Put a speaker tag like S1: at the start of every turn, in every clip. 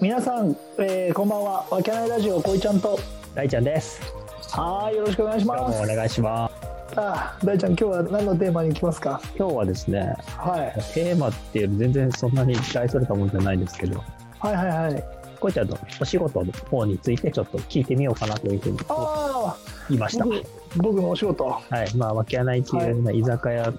S1: 皆さん、えー、こんばんはわけないラジオこいちゃんと
S2: 大ちゃんです。
S1: はーいよろしくお願いし
S2: 今日
S1: ま
S2: もお
S1: す
S2: 願いします。
S1: あー大ちゃん今日は何のテーマに行きますか
S2: 今日はですね、
S1: はい
S2: テーマっていうより全然そんなに大それたもんじゃないんですけど、
S1: はいはいはい
S2: こうちゃんのお仕事の方についてちょっと聞いてみようかなというふうに
S1: ああ
S2: 言いました。
S1: 僕僕のお仕事は
S2: はい。まあ、わけないっていうような居酒屋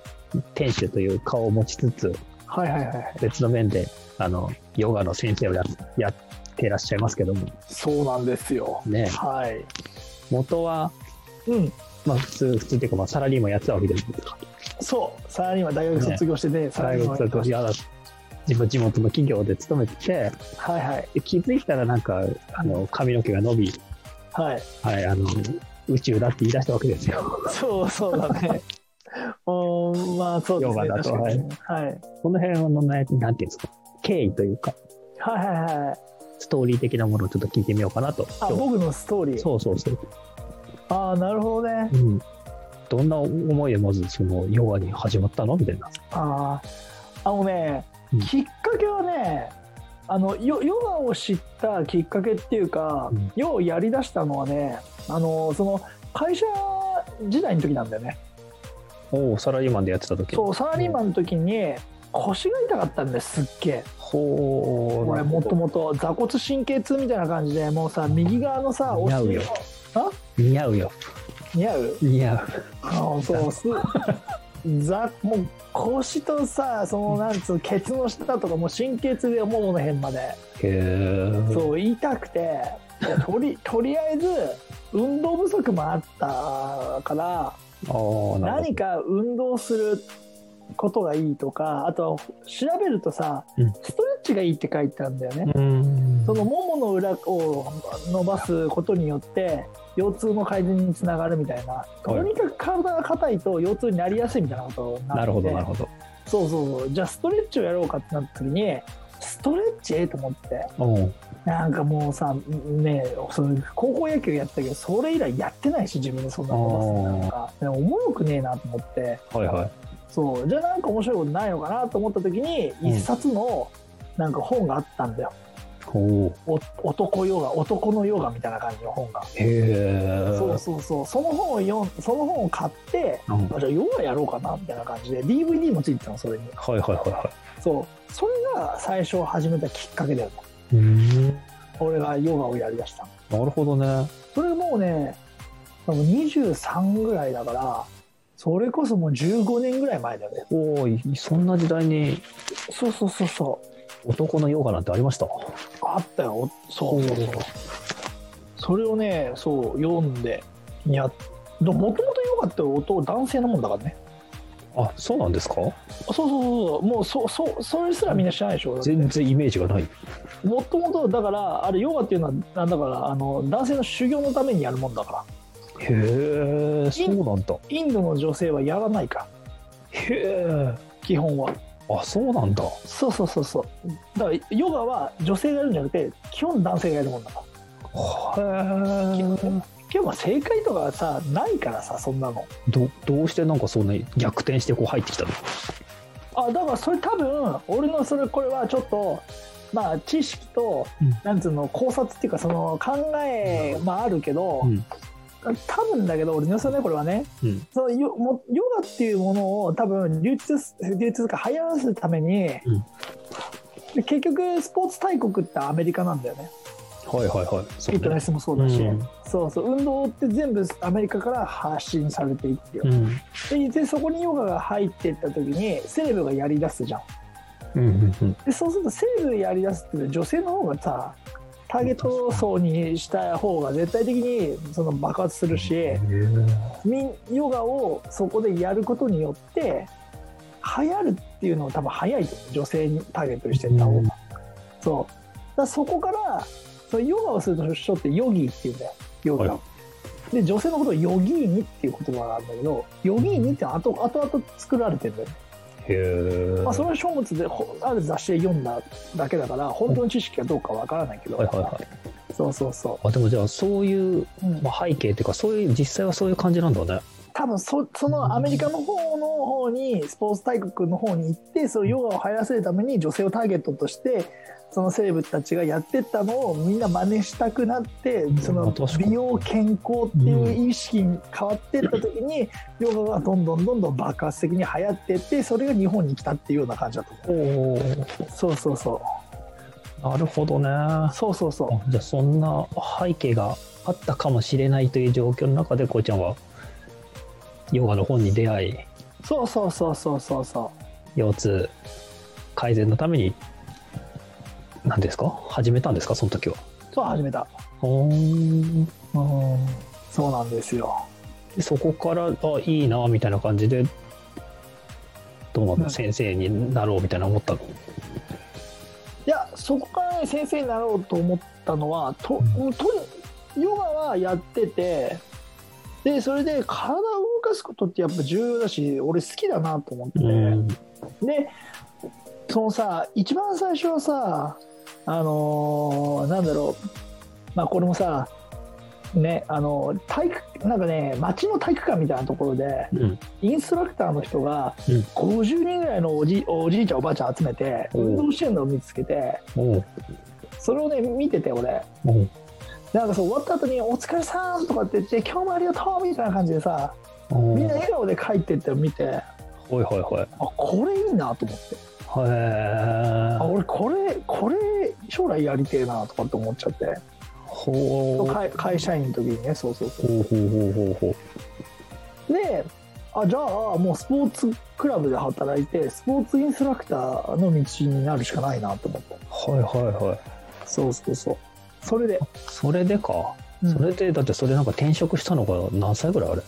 S2: 店主という顔を持ちつつ、
S1: いはいはい
S2: 別の面で、あの、ヨガの先生をややってらっしゃいますけども、
S1: そうなんですよ
S2: ね、
S1: はい
S2: 元は、
S1: うん
S2: まあ、普通、普通っていうか、まあ、サラリーマンやってたわけですか。
S1: そうサラリーマン大学卒業してて、サラ
S2: 大
S1: リーマ
S2: 学
S1: ンやってま
S2: 卒
S1: し
S2: 業、やだ地元地元の企業で勤めてて、
S1: たはいはい
S2: で気づいたらなんかあの髪の毛が伸び、
S1: はい
S2: はい、あの宇宙だって言い出したわけですよ。
S1: そうそうだね おーまあそうですね
S2: ヨガだと
S1: 確かにはい
S2: この辺のね、なんていうんですか、経緯というか、
S1: はいはいはい
S2: ストーリー的なものをちょっと聞いてみようかなと。
S1: あ
S2: 今日
S1: 僕のストーリー
S2: そうそうそう。
S1: ああなるほどね
S2: うん。どんな思いでまずそのヨガに始まったのみたいな。
S1: あーあのね、
S2: うん
S1: きっかけはねあのヨヨガを知ったきっかけっていうか、
S2: うん
S1: ヨガをやりだしたのはねあのその会社時代の時なんだよね
S2: おお、サラリーマンでやってた時。
S1: そうサラリーマンの時に腰が痛かったんだよすっげえ
S2: ほう。
S1: 俺もともと座骨神経痛みたいな感じでもうさ右側のさお
S2: 似合う
S1: 尻
S2: よ
S1: を
S2: 似合うよ。
S1: 似合う
S2: 似合う。
S1: あそう すざもう腰とさそのなんつうのケツの下とかもう神経痛でももの辺まで
S2: へえ。う。
S1: そう痛くて とりとりあえず運動不足もあったから
S2: ああ、なる
S1: 何か運動することがいいとかあとは調べるとさ、
S2: うん
S1: ストレッチがいいって書いてあるんだよね、
S2: ほど。うん。
S1: そのももの裏を伸ばすことによって腰痛の改善につながるみたいなとにかく体が硬いと腰痛になりやすいみたいなことになって
S2: なるほど、なるほど。
S1: そうそうそうじゃあストレッチをやろうかってなった時にストレッチええと思って
S2: おう
S1: なんかもうさ、ねえ、その高校野球やってたけど、それ以来やってないし、自分でそんなことするなんか、でもおもろくねえなと思って、
S2: はいはい。
S1: そう、じゃあなんか面白いことないのかなと思った時に、
S2: うん
S1: 一冊のなんか本があったんだよ。
S2: おお。
S1: お男ヨガ、男のヨガみたいな感じの本が。
S2: へえ。
S1: そうそうそう、その本を読ん、その本を買って、
S2: うん。はい
S1: あじゃあヨガやろうかなみたいな感じで、DVD もついてたの、それに。
S2: はいはいはい。
S1: そう、それが最初始めたきっかけだよね。
S2: うーん
S1: 俺がヨガをやりだしたの
S2: なるほどね。
S1: それもうね、多分23ぐらいだから、それこそもう15年ぐらい前だよね。
S2: おお、いそんな時代に
S1: そうそうそうそう。
S2: 男のヨガなんてありました。
S1: あったよ。そうそうそう。それをね、そう、読んで、いや、もともとヨガって音、男性のもんだからね。
S2: あ、そうなんですか。
S1: そうそうそうそう。もう、そう、そう、それすらみんな知らないでしょ。
S2: 全然イメージがない。
S1: もともと、だから、あれ、ヨガっていうのは、なんだから、あの、男性の修行のためにやるもんだから。
S2: へえ、そうなんだ。
S1: インドの女性はやらないから、
S2: へえ。
S1: 基本は。
S2: あ、そうなんだ。
S1: そうそうそうそうだからヨガは女性がやるんじゃなくて基本男性がやるもんだから
S2: へえ。
S1: 今日は正解とかさないからさそんなの
S2: ど、どうしてなんかそんな逆転してこう入ってきたの。
S1: あだからそれ多分俺のそれこれはちょっとまあ知識と、
S2: うん
S1: なんつうの考察っていうかその考えもあるけど、
S2: うん
S1: 多分だけど俺のそれねこれはね、
S2: うん
S1: そのヨもヨガっていうものを多分流通す流通か流行らせるために、
S2: ん
S1: で結局スポーツ大国ってアメリカなんだよね
S2: はいはいはい。そ
S1: フィットネ
S2: ね。
S1: スもそうだし、
S2: うん
S1: そうそう運動って全部アメリカから発信されていってよ
S2: う、ん。
S1: ででそこにヨガが入っていった時にセレブがやりだすじゃん
S2: うんうんうん。
S1: でそうするとセレブやりだすっていうのは女性の方がさターゲット層にした方が絶対的にその爆発するし
S2: へえ。
S1: みんヨガをそこでやることによって流行るっていうのを多分早いと思う女性にターゲットにしてった方が、
S2: うん
S1: そうだからそこからそのヨガをする人ってヨギーっていうんだよヨガ、
S2: は
S1: で女性のことをヨギーニっていう言葉があるんだけどヨギーニって後後々作られてるんだよね、
S2: へえ。
S1: まあ、それ
S2: は
S1: は書物でほある雑誌で読んだだけだから本当の知識かどうかわからないけど、
S2: いはいはい。
S1: そうそうそ
S2: あ、でもじゃあそういう
S1: う、うん
S2: まあ背景っていうかそういう実際はそういう感じなんだね。
S1: 多分そそのアメリカの方の方にスポーツ大国の方に行ってそういうヨガを流行らせるために女性をターゲットとしてそのセレブたちがやってったのをみんな真似したくなってそ
S2: まあ
S1: の
S2: 確かに
S1: 美容健康っていう意識に変わってった時にヨガがどんどんどんどん爆発的に流行ってってそれが日本に来たっていうような感じだと思う。
S2: おお
S1: そうそうそ
S2: なるほどね
S1: うそうそうそう
S2: あじゃあそんな背景があったかもしれないという状況の中でこうちゃんはヨガの本に出会い
S1: そうそうそうそうそうそう
S2: 腰痛改善のために何ですか始めたんですかその時は
S1: そう始めた
S2: おー
S1: うんそうなんですよ
S2: でそこからあいいなみたいな感じでどうなの、
S1: うん
S2: 先生になろうみたいな思ったの
S1: いやそこから、ね、先生になろうと思ったのはととヨガはやっててでそれで体を動かすことってやっぱ重要だし俺好きだなと思って、
S2: うん
S1: でそのさ一番最初はさあのーなんだろうまあこれもさねあの体育なんかね町の体育館みたいなところで
S2: うん
S1: インストラクターの人が
S2: うん
S1: 50人ぐらいのおじおじいちゃんおばあちゃん集めて
S2: おう
S1: 運動してるのを見つけて
S2: おう
S1: それをね見てて俺
S2: おう
S1: なんかそう終わった後に「お疲れさん」とかって言って「今日もありがとう」みたいな感じでさ
S2: おう
S1: みんな笑顔で帰ってって見てあ
S2: はいはいはい
S1: これいいなと思ってあ
S2: へえ
S1: 俺これこれ将来やりてえなとかって思っちゃって
S2: ほう
S1: 会会社員の時にねそうそうそ
S2: ほうほうほうほうほ
S1: う
S2: う
S1: であじゃあもうスポーツクラブで働いてスポーツインストラクターの道になるしかないなと思って
S2: はいはいはい
S1: そうそうそうそれで、
S2: それでか、それでだってそれなんか転職したのが何歳ぐらいあれ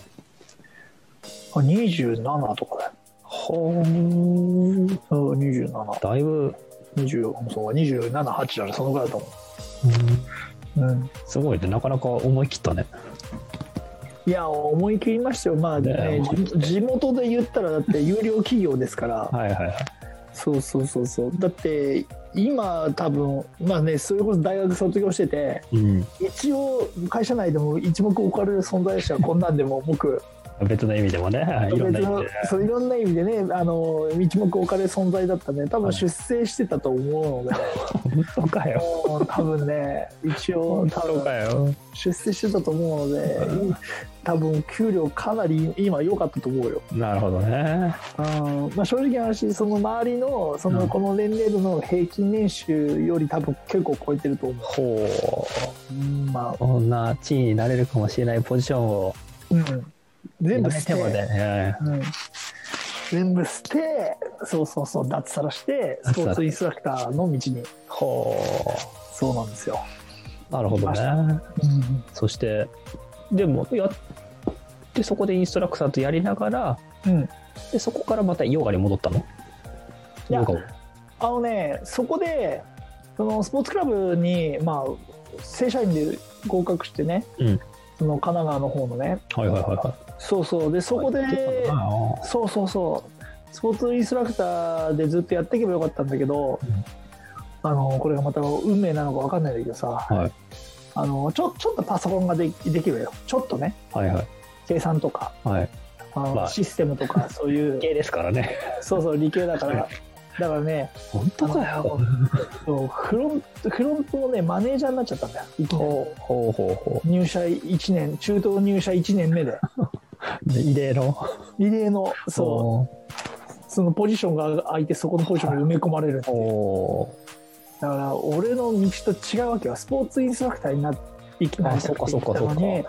S1: あ27とかだよ
S2: ほう
S1: うん27
S2: だいぶ、
S1: 24そう278だからそのぐらいだと思う、うん、
S2: すごいねなかなか思い切ったね
S1: いや思い切りましたよまあね
S2: ね
S1: 地地元で言ったらだって有料企業ですから、
S2: はいはいはい
S1: そうそうそうそうだって今多分まあねそれこそ大学卒業してて
S2: うん
S1: 一応会社内でも一目置かれる存在でしたこんなんでも僕
S2: 別の意味でもねいろんな意
S1: 別
S2: 味
S1: の
S2: で
S1: そういろんな意味でねあの一目置かれる存在だったね多分出世してたと思うので、
S2: 本当かよ
S1: もう多分ね一応多分
S2: よ
S1: 出世してたと思うので多分給料かなり今良かったと思うよ、
S2: なるほどね
S1: うんまあ、正直な話その周りのそうの
S2: ん
S1: この年齢度の平均年収より多分結構超えてると思
S2: ほ
S1: う、うん、まあ
S2: うこんな地位になれるかもしれないポジションを
S1: うん全部捨て
S2: やめてまで、え
S1: うん、全部捨てそうそうそう脱サラしてスポーツインストラクターの道に
S2: えほ
S1: そうなんですよ、
S2: うなるほどねそしてでもやってそこでインストラクターとやりながら
S1: うんうん、
S2: でそこからまたヨガに戻ったの
S1: いや
S2: ヨガを
S1: あのねそこでそのスポーツクラブに、まあ、正社員で合格してね、
S2: うん
S1: その神奈川の方のね
S2: はいはいはいはい
S1: そうそうでそこで、
S2: やってたんだな
S1: そうそうそうスポーツインストラクターでずっとやっていけばよかったんだけど、
S2: うん
S1: あのこれがまた運命なのか分かんないんだけどさ
S2: はい
S1: あのちょちょっとパソコンができできるよちょっとね
S2: はいはい
S1: 計算とか
S2: はい
S1: あの、
S2: まあ
S1: システムとかそう いう
S2: 系ですからね
S1: そうそう理系だからだからね
S2: 本当か
S1: あの
S2: よ
S1: そうフロントフロントのねマネージャーになっちゃったんだよいきなり
S2: ほうほうほうほ
S1: 入社1年中東入社1年目で
S2: う異例の
S1: リレーのそうそのポジションが空いてそこのポジションに埋め込まれるっていう
S2: おー
S1: だから俺の道と違うわけよスポーツインストラクターになっていきなり
S2: あそっかそっかそっか
S1: に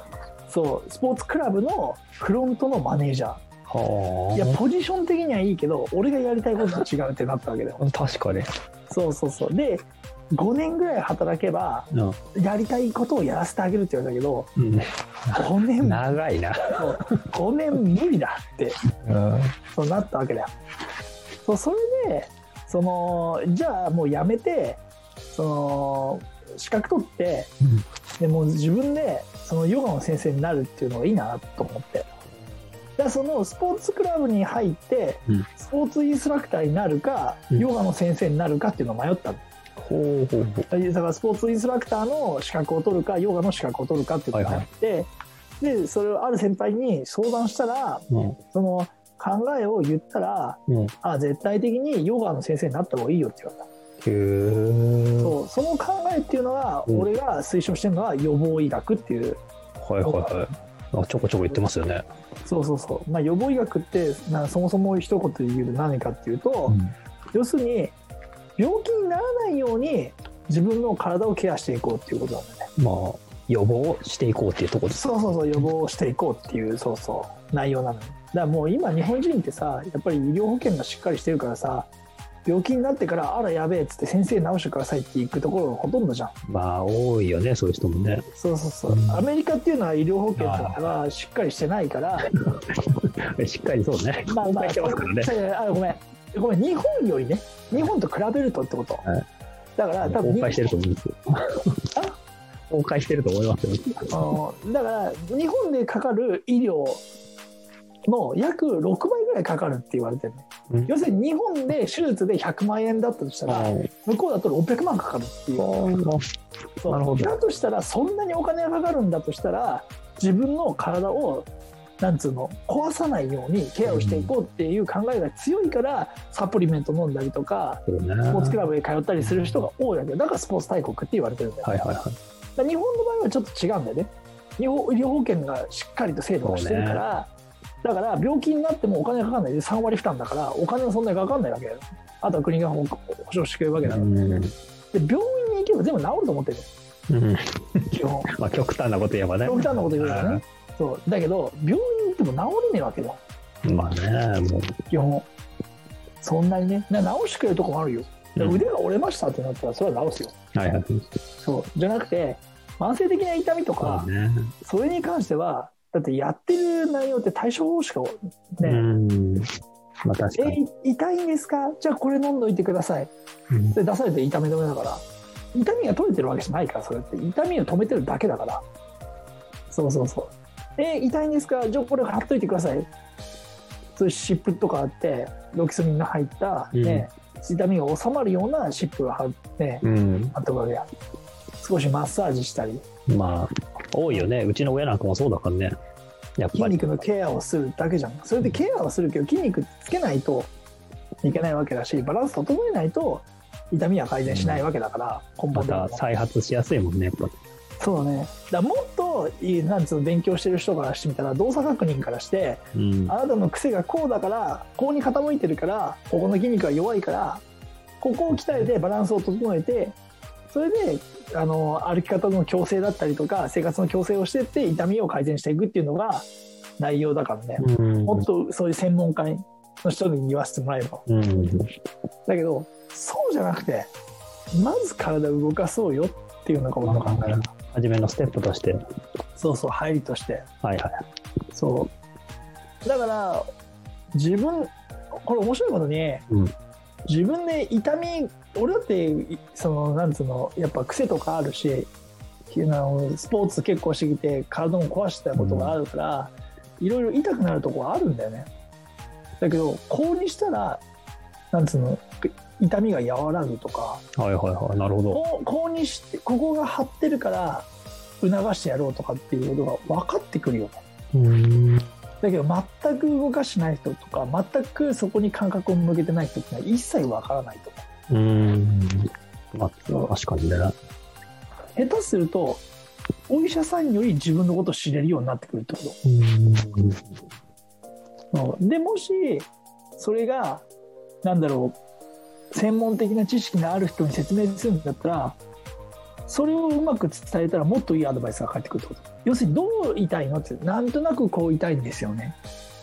S1: そうスポーツクラブのフロントのマネージャ
S2: は
S1: ーいやポジション的にはいいけど俺がやりたいことと違うってなったわけだよ
S2: あ確かに
S1: そうそうそうで5年ぐらい働けば
S2: うん
S1: やりたいことをやらせてあげるって言われたけど
S2: うん
S1: 5年も
S2: 長いな
S1: 5年無理だってそうなったわけだよそうそれでそのじゃあもうやめてその資格取ってでもう自分でそのヨガの先生になるっていうのがいいなと思ってだからそのスポーツクラブに入って、
S2: うん
S1: スポーツインストラクターになるか、
S2: うん
S1: ヨガの先生になるかっていうのを迷ったの
S2: ほうほうほう
S1: だからスポーツインストラクターの資格を取るかヨガの資格を取るかっていうのがあって、でそれをある先輩に相談したら
S2: うん
S1: その考えを言ったら
S2: うん
S1: あ絶対的にヨガの先生になった方がいいよって言われた、
S2: へー
S1: そうその考えっていうのは、
S2: うん
S1: 俺が推奨してるのは予防医学っていう
S2: はいはいはいなんかちょこちょこ言ってますよね
S1: そうそうそう、まあ、予防医学ってなそもそも一言で言うと何かっていうと、要するに病気にならないように自分の体をケアしていこうっていうことなんだよね
S2: まあ予防していこうっていうところです
S1: そうそうそう予防していこうっていうそうそう内容なのよだからもう今日本人ってさやっぱり医療保険がしっかりしてるからさ病気になってからあらやべえっつって先生治してくださいって行くところがほとんどじゃん
S2: まあ多いよねそういう人もね
S1: そうそうそう、
S2: うん
S1: アメリカっていうのは医療保険とかがしっかりしてないから
S2: しっかりそうね
S1: まあ
S2: 公
S1: まあ
S2: 開して ますからね
S1: あごめんごめん日本よりね日本と比べるとってこと、
S2: はい
S1: だから多分
S2: 公開してると思いま すよ公開してると思いますよ
S1: あのだから日本でかかる医療の約6倍ぐらいかかるって言われてるね、
S2: うん
S1: 要するに日本で手術で100万円だったとしたら、
S2: はい
S1: 向こうだと600万かかるっていうそう
S2: なるほど
S1: だとしたらそんなにお金がかかるんだとしたら自分の体をなんつうの壊さないようにケアをしていこうっていう考えが強いから、サプリメント飲んだりとか
S2: そうね
S1: スポーツクラブへ通ったりする人が多いわけよだからスポーツ大国って言われてるんだよ、
S2: はいはいはい
S1: だから日本の場合はちょっと違うんだよね日本医療保険がしっかりと制度をしてるから、だから病気になってもお金がかかんないで3割負担だからお金はそんなにかかんないわけだよあとは国が保保証してくれるわけだから、
S2: うん
S1: で病院に行けば全部治ると思ってるよ
S2: うん
S1: 基本
S2: まあ極端なこと言えばね
S1: 極端なこと言うからねそうだけど病院に行っても治れねえわけだよ
S2: うんまあねもう
S1: 基本そんなにねな治してくれるとこもあるよで
S2: うん
S1: 腕が折れましたってなったらそれは治すよ
S2: はいはい
S1: そうじゃなくて慢性的な痛みとか、
S2: そうね
S1: それに関してはだってやってる内容って対処法しかね、
S2: うんまあ確かに
S1: え痛いんですかじゃあこれ飲んどいてください
S2: うん
S1: で出されて痛み止めだから痛みが取れてるわけじゃないからそれって痛みを止めてるだけだからそうそうそうえ痛いんですかじゃあこれ貼っといてくださいそういう湿布とかあってロキソニンの入った、ね痛みが収まるような湿布を貼って
S2: うん
S1: 貼っとくわけや少しマッサージしたり
S2: まあ多いよねうちの親なんかもそうだからねやっ
S1: 筋
S2: ぱり
S1: 肉のケアをするだけじゃんそれでケアはするけど筋肉つけないといけないわけだしバランス整えないと痛みは改善しないわけだから、根
S2: ま
S1: 本的
S2: た
S1: に
S2: 再発しやすいもんねやっぱ
S1: そうねだからもっといいなんつうの勉強してる人からしてみたら動作確認からして
S2: うん
S1: あなたの癖がこうだからこうに傾いてるからここの筋肉が弱いからここを鍛えてバランスを整えてそれであの歩き方の矯正だったりとか生活の矯正をしてって痛みを改善していくっていうのが内容だからね、
S2: うん
S1: もっとそういう専門家の人に言わせてもらえば
S2: うん
S1: だけどそうじゃなくてまず体を動かそうよっていうのが俺の考えだ
S2: 初めのステップとして
S1: そうそう入りとして
S2: はいはい
S1: そうだから自分これ面白いことに、
S2: うん
S1: 自分で痛み俺だっていそのなんつうのやっぱ癖とかあるしあのスポーツ結構してきて体も壊してたことがあるから、いろいろ痛くなるとこはあるんだよねだけどこうにしたらなんつうの痛みが和らぐとか
S2: はいはいはいなるほど
S1: こうこうにしてここが張ってるから促してやろうとかっていうことが分かってくるよね
S2: うん
S1: だけど全く動かしない人とか全くそこに感覚を向けてない人ってのは一切わからないと思
S2: うんまあ確かにね
S1: う下手するとお医者さんより自分のことを知れるようになってくるってこ
S2: うん
S1: と、でもしそれがなんだろう専門的な知識のある人に説明するんだったらそれをうまく伝えたらもっといいアドバイスが返ってくるってこと要するにどう痛いのってなんとなくこう痛いんですよね、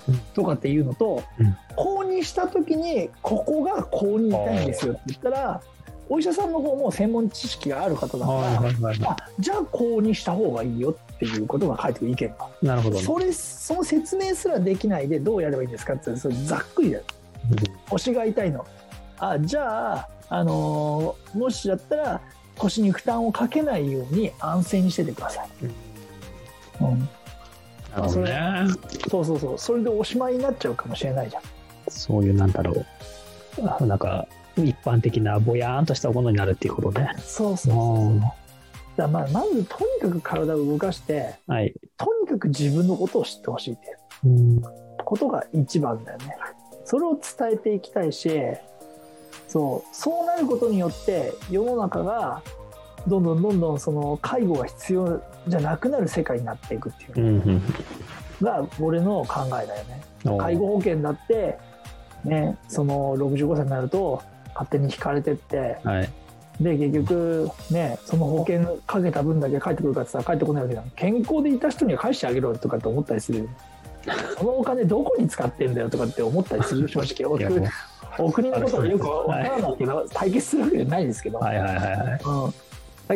S2: うん
S1: とかっていうのと、
S2: うん
S1: こうにした時にここがこうに痛いんですよって言ったらお医者さんの方も専門知識がある方だから、
S2: はいはいは
S1: あじゃあこうにした方がいいよっていうことが書いてくる意見が
S2: いなるほどね
S1: それその説明すらできないでどうやればいいんですかって言ったらそれざっくりだよ腰が痛いのあじゃあ、あのーもしだったら腰に負担をかけないように安静にしててください、
S2: うん
S1: うん、
S2: なるほどね
S1: そうそうそうそれでおしまいになっちゃうかもしれないじゃん
S2: そういうなんだろうあなんか一般的なぼやーんとしたものになるっていうことね
S1: そうそう
S2: あ
S1: そう
S2: ー
S1: だからまあまずとにかく体を動かして
S2: はい。
S1: とにかく自分のことを知ってほしいっていう
S2: うん。
S1: ことが一番だよねそれを伝えていきたいしそうそうなることによって世の中がどんどんどんどんその介護が必要じゃなくなる世界になっていくっていううん
S2: うん
S1: のが俺の考えだよね
S2: おー
S1: 介護保険だってねその65歳になると勝手に引かれてって
S2: はい。
S1: で結局ねその保険かけた分だけ返ってくるかって言ったら返ってこないわけじゃん健康でいた人には返してあげろよとかって思ったりする そのお金どこに使ってんだよとかって思ったりする正直お
S2: いやもう
S1: 国お国のことはよくわからないけど、対決するわけじゃないですけど、
S2: はいはいはいはい。
S1: うん、だ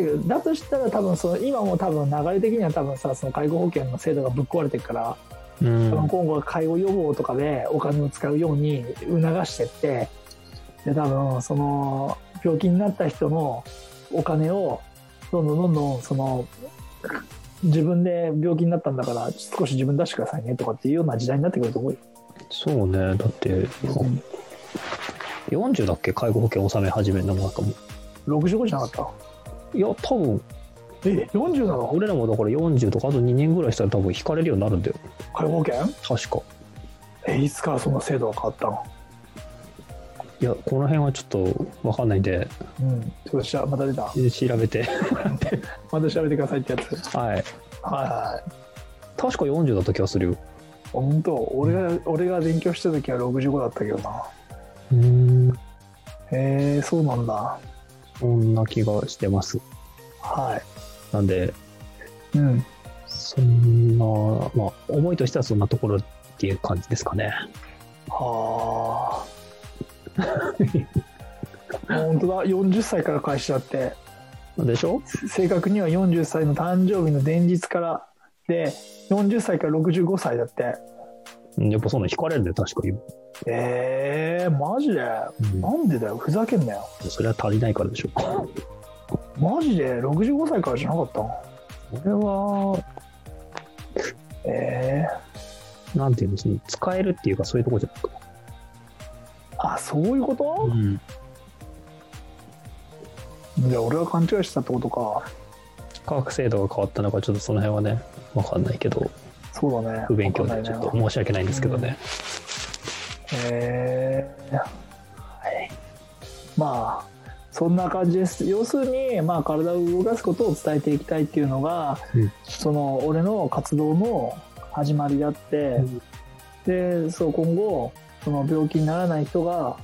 S1: けどだとしたら多分その今も多分流れ的には多分さその介護保険の制度がぶっ壊れてるから、
S2: うん
S1: 多分今後は介護予防とかでお金を使うように促してってで多分その病気になった人のお金をどんどんどんどんその自分で病気になったんだから少し自分出してくださいねとかっていうような時代になってくると思うよ
S2: そうね。だって、40だっけ介護保険納め始めるのもなんかもう。
S1: 65じゃなかっ
S2: いや、多分、
S1: たえ40なの
S2: 俺らもだから40とかあと2年ぐらいしたら多分引かれるようになるんだよ。
S1: 介護保険
S2: 確か。
S1: えいつからそんな制度が変わったの
S2: いや、この辺はちょっとわかんないんで、
S1: うんちょっとしゃまた出た
S2: 調べて。
S1: また調べてくださいってやつ
S2: はい。
S1: はいはい
S2: 確か40だった気がするよ。
S1: 本当俺が俺が勉強した時は65だったけどな
S2: うん。
S1: へえそうなんだ
S2: そんな気がしてます。
S1: は
S2: なんで、
S1: い。うん。
S2: そんな、まあ、思いとしてはそんなところっていう感じですかね。
S1: はあ。本当だ、40歳から開始だって。
S2: でしょ
S1: 正確には40歳の誕生日の前日から。で、40歳から65歳だって。
S2: うんやっぱそんな引かれるんだよ、確かに。
S1: えー、マジで
S2: うん
S1: なんでだよ、ふざけんなよ。
S2: それは足りないからでしょうか。
S1: マジで65歳からじゃなかったの
S2: これは、
S1: え
S2: なんていうんですね、使えるっていうかそういうとこじゃなくて。
S1: ー、あ、そういうこと、
S2: ん。
S1: じゃあ俺が勘違いしてたってことか。
S2: 科学制度が変わったのか、ちょっとその辺はね、わかんないけど、
S1: そうだね。
S2: 不勉強
S1: わか
S2: で
S1: ん
S2: ち
S1: ない
S2: ょ
S1: な
S2: っと申し訳ないんですけどね。
S1: えーはい、まあそんな感じです要するに、まあ、体を動かすことを伝えていきたいっていうのが、
S2: うん
S1: その俺の活動の始まりであって、でそう今後その病気にならない人が、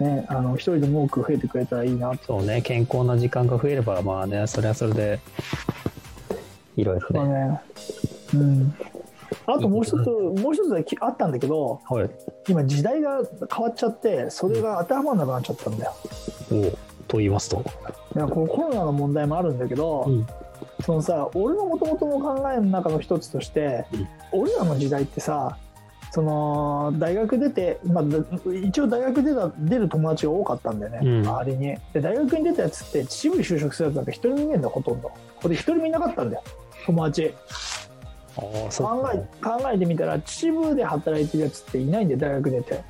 S1: ね、あの一人でも多く増えてくれたらいいなと、
S2: そうね、健康な時間が増えれば、まあね、それはそれで、いろいろ
S1: まあ
S2: ね。
S1: ねうん、あともう一つもう一つだけあったんだけど
S2: はい。
S1: 今時代が変わっちゃってそれが当てはまらなくなっちゃったんだよ。
S2: おうと言いますと。
S1: いやこのコロナの問題もあるんだけど、
S2: うん
S1: そのさ俺のもともとの考えの中の一つとして、俺らの時代ってさその大学出て、まあ、だ一応大学出た出る友達が多かったんだよね、
S2: うん
S1: 周りにで大学に出たやつって秩父に就職するやつなんか一人もいねえんだよほとんど俺一人もいなかったんだよ友達
S2: ああ、そ
S1: 考え考えてみたら秩父で働いてるやつっていないんだよ大学出て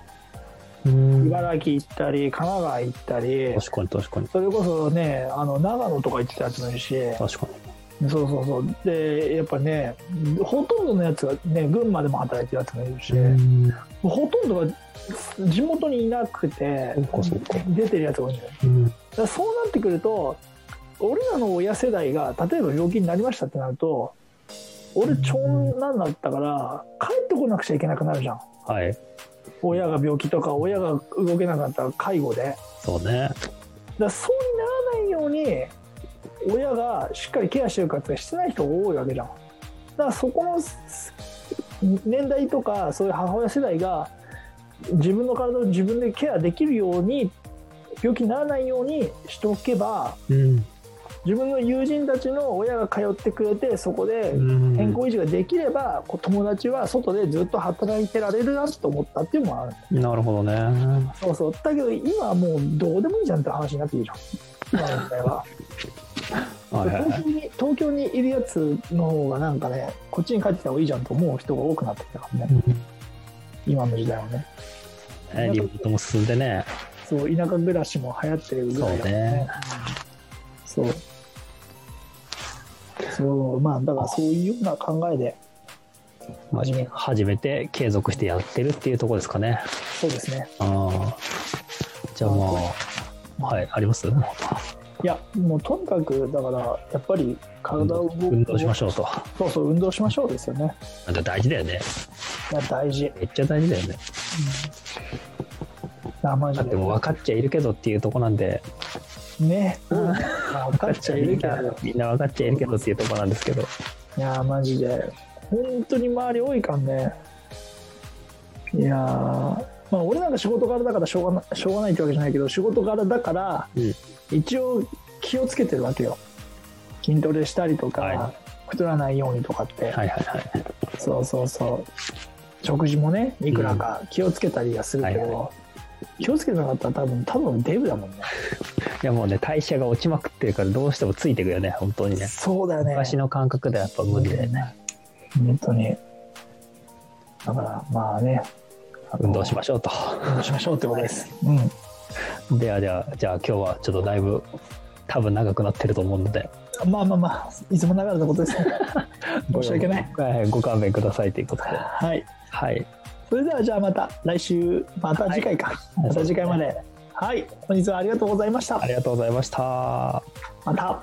S2: え、うん
S1: 茨城行ったり神奈川行ったり
S2: 確かに確かに。
S1: それこそねあの長野とか行ってたやつもいるし
S2: 確かに。
S1: そうそうそうでやっぱねほとんどのやつがね群馬でも働いてるやつもいるし、
S2: うん
S1: ほとんどが地元にいなくて
S2: そうかそうか
S1: 出てるやつが多いんだよね
S2: うん
S1: だからそうなってくると俺らの親世代が例えば病気になりましたってなると俺長男だったから帰ってこなくちゃいけなくなるじゃん
S2: はい。
S1: 親が病気とか親が動けなかったら介護でだか
S2: そうね。
S1: らそうにならないように親がしっかりケアしてるかってしてない人が多いわけじゃんだからそこのす年代とかそういう母親世代が自分の体を自分でケアできるように病気にならないようにしておけば
S2: うん。
S1: 自分の友人たちの親が通ってくれてそこで
S2: うん
S1: 健康維持ができれば、こう友達は外でずっと働いてられるなと思ったっていうのもある
S2: なるほどね。
S1: そうそうだけど今はもうどうでもいいじゃんって話になってくるじゃん今の時代は
S2: はいはいは
S1: 東
S2: い。
S1: 京に東京にいるやつの方がなんかねこっちに帰ってきた方がいいじゃんと思う人が多くなってきたからね今の時代はね
S2: ねリモートも進んでね。
S1: そう田舎暮らしも流行ってるぐらいだからねそうそうまあだからそういうような考えで
S2: 真面目始めて継続してやってるっていうところですかね。
S1: そうですね
S2: ああ。じゃあまあ、はい、あります
S1: いやもうとにかくだからやっぱり体を動く
S2: 運動しましょうと。
S1: そうそう運動しましょうですよね
S2: なんか大事だよね。
S1: いや大事、うん、い
S2: めっちゃ大事だよね。
S1: やマジ
S2: だってもう分かっちゃいるけどっていうとこなんで、
S1: でね分かっちゃいるけど
S2: みんな分かっちゃいるけどっていうとこなんですけど、
S1: いやーマジで本当に周り多いかんねいやーまあ俺なんか仕事柄だからしょうがなしょうがないってわけじゃないけど仕事柄だから
S2: うん
S1: 一応気をつけてるわけよ筋トレしたりとか、
S2: は
S1: 太らないようにとかって、
S2: はいはいはい。
S1: そうそうそう食事もねいくらか気をつけたりはするけど、
S2: はいは
S1: 気をつけてなかったら多分多分デブだもんね
S2: いやもうね、代謝が落ちまくってるからどうしてもついてくよね、本当にね。
S1: そうだよね
S2: 昔の感覚ではやっぱ無理だよね。
S1: 本当にだからまあねあの
S2: 運動しましょうと。
S1: 運動しましょうってことです、うん
S2: ではでは、じゃあ今日はちょっとだいぶ多分長くなってると思うので、
S1: まあまあまあいつもながらのことです 申し訳ない
S2: はいはい、ご勘弁くださいということで。
S1: はい
S2: はい。
S1: それではじゃあまた来週また次回か、
S2: い
S1: また次回まではい本日はありがとうございました
S2: ありがとうございました。
S1: また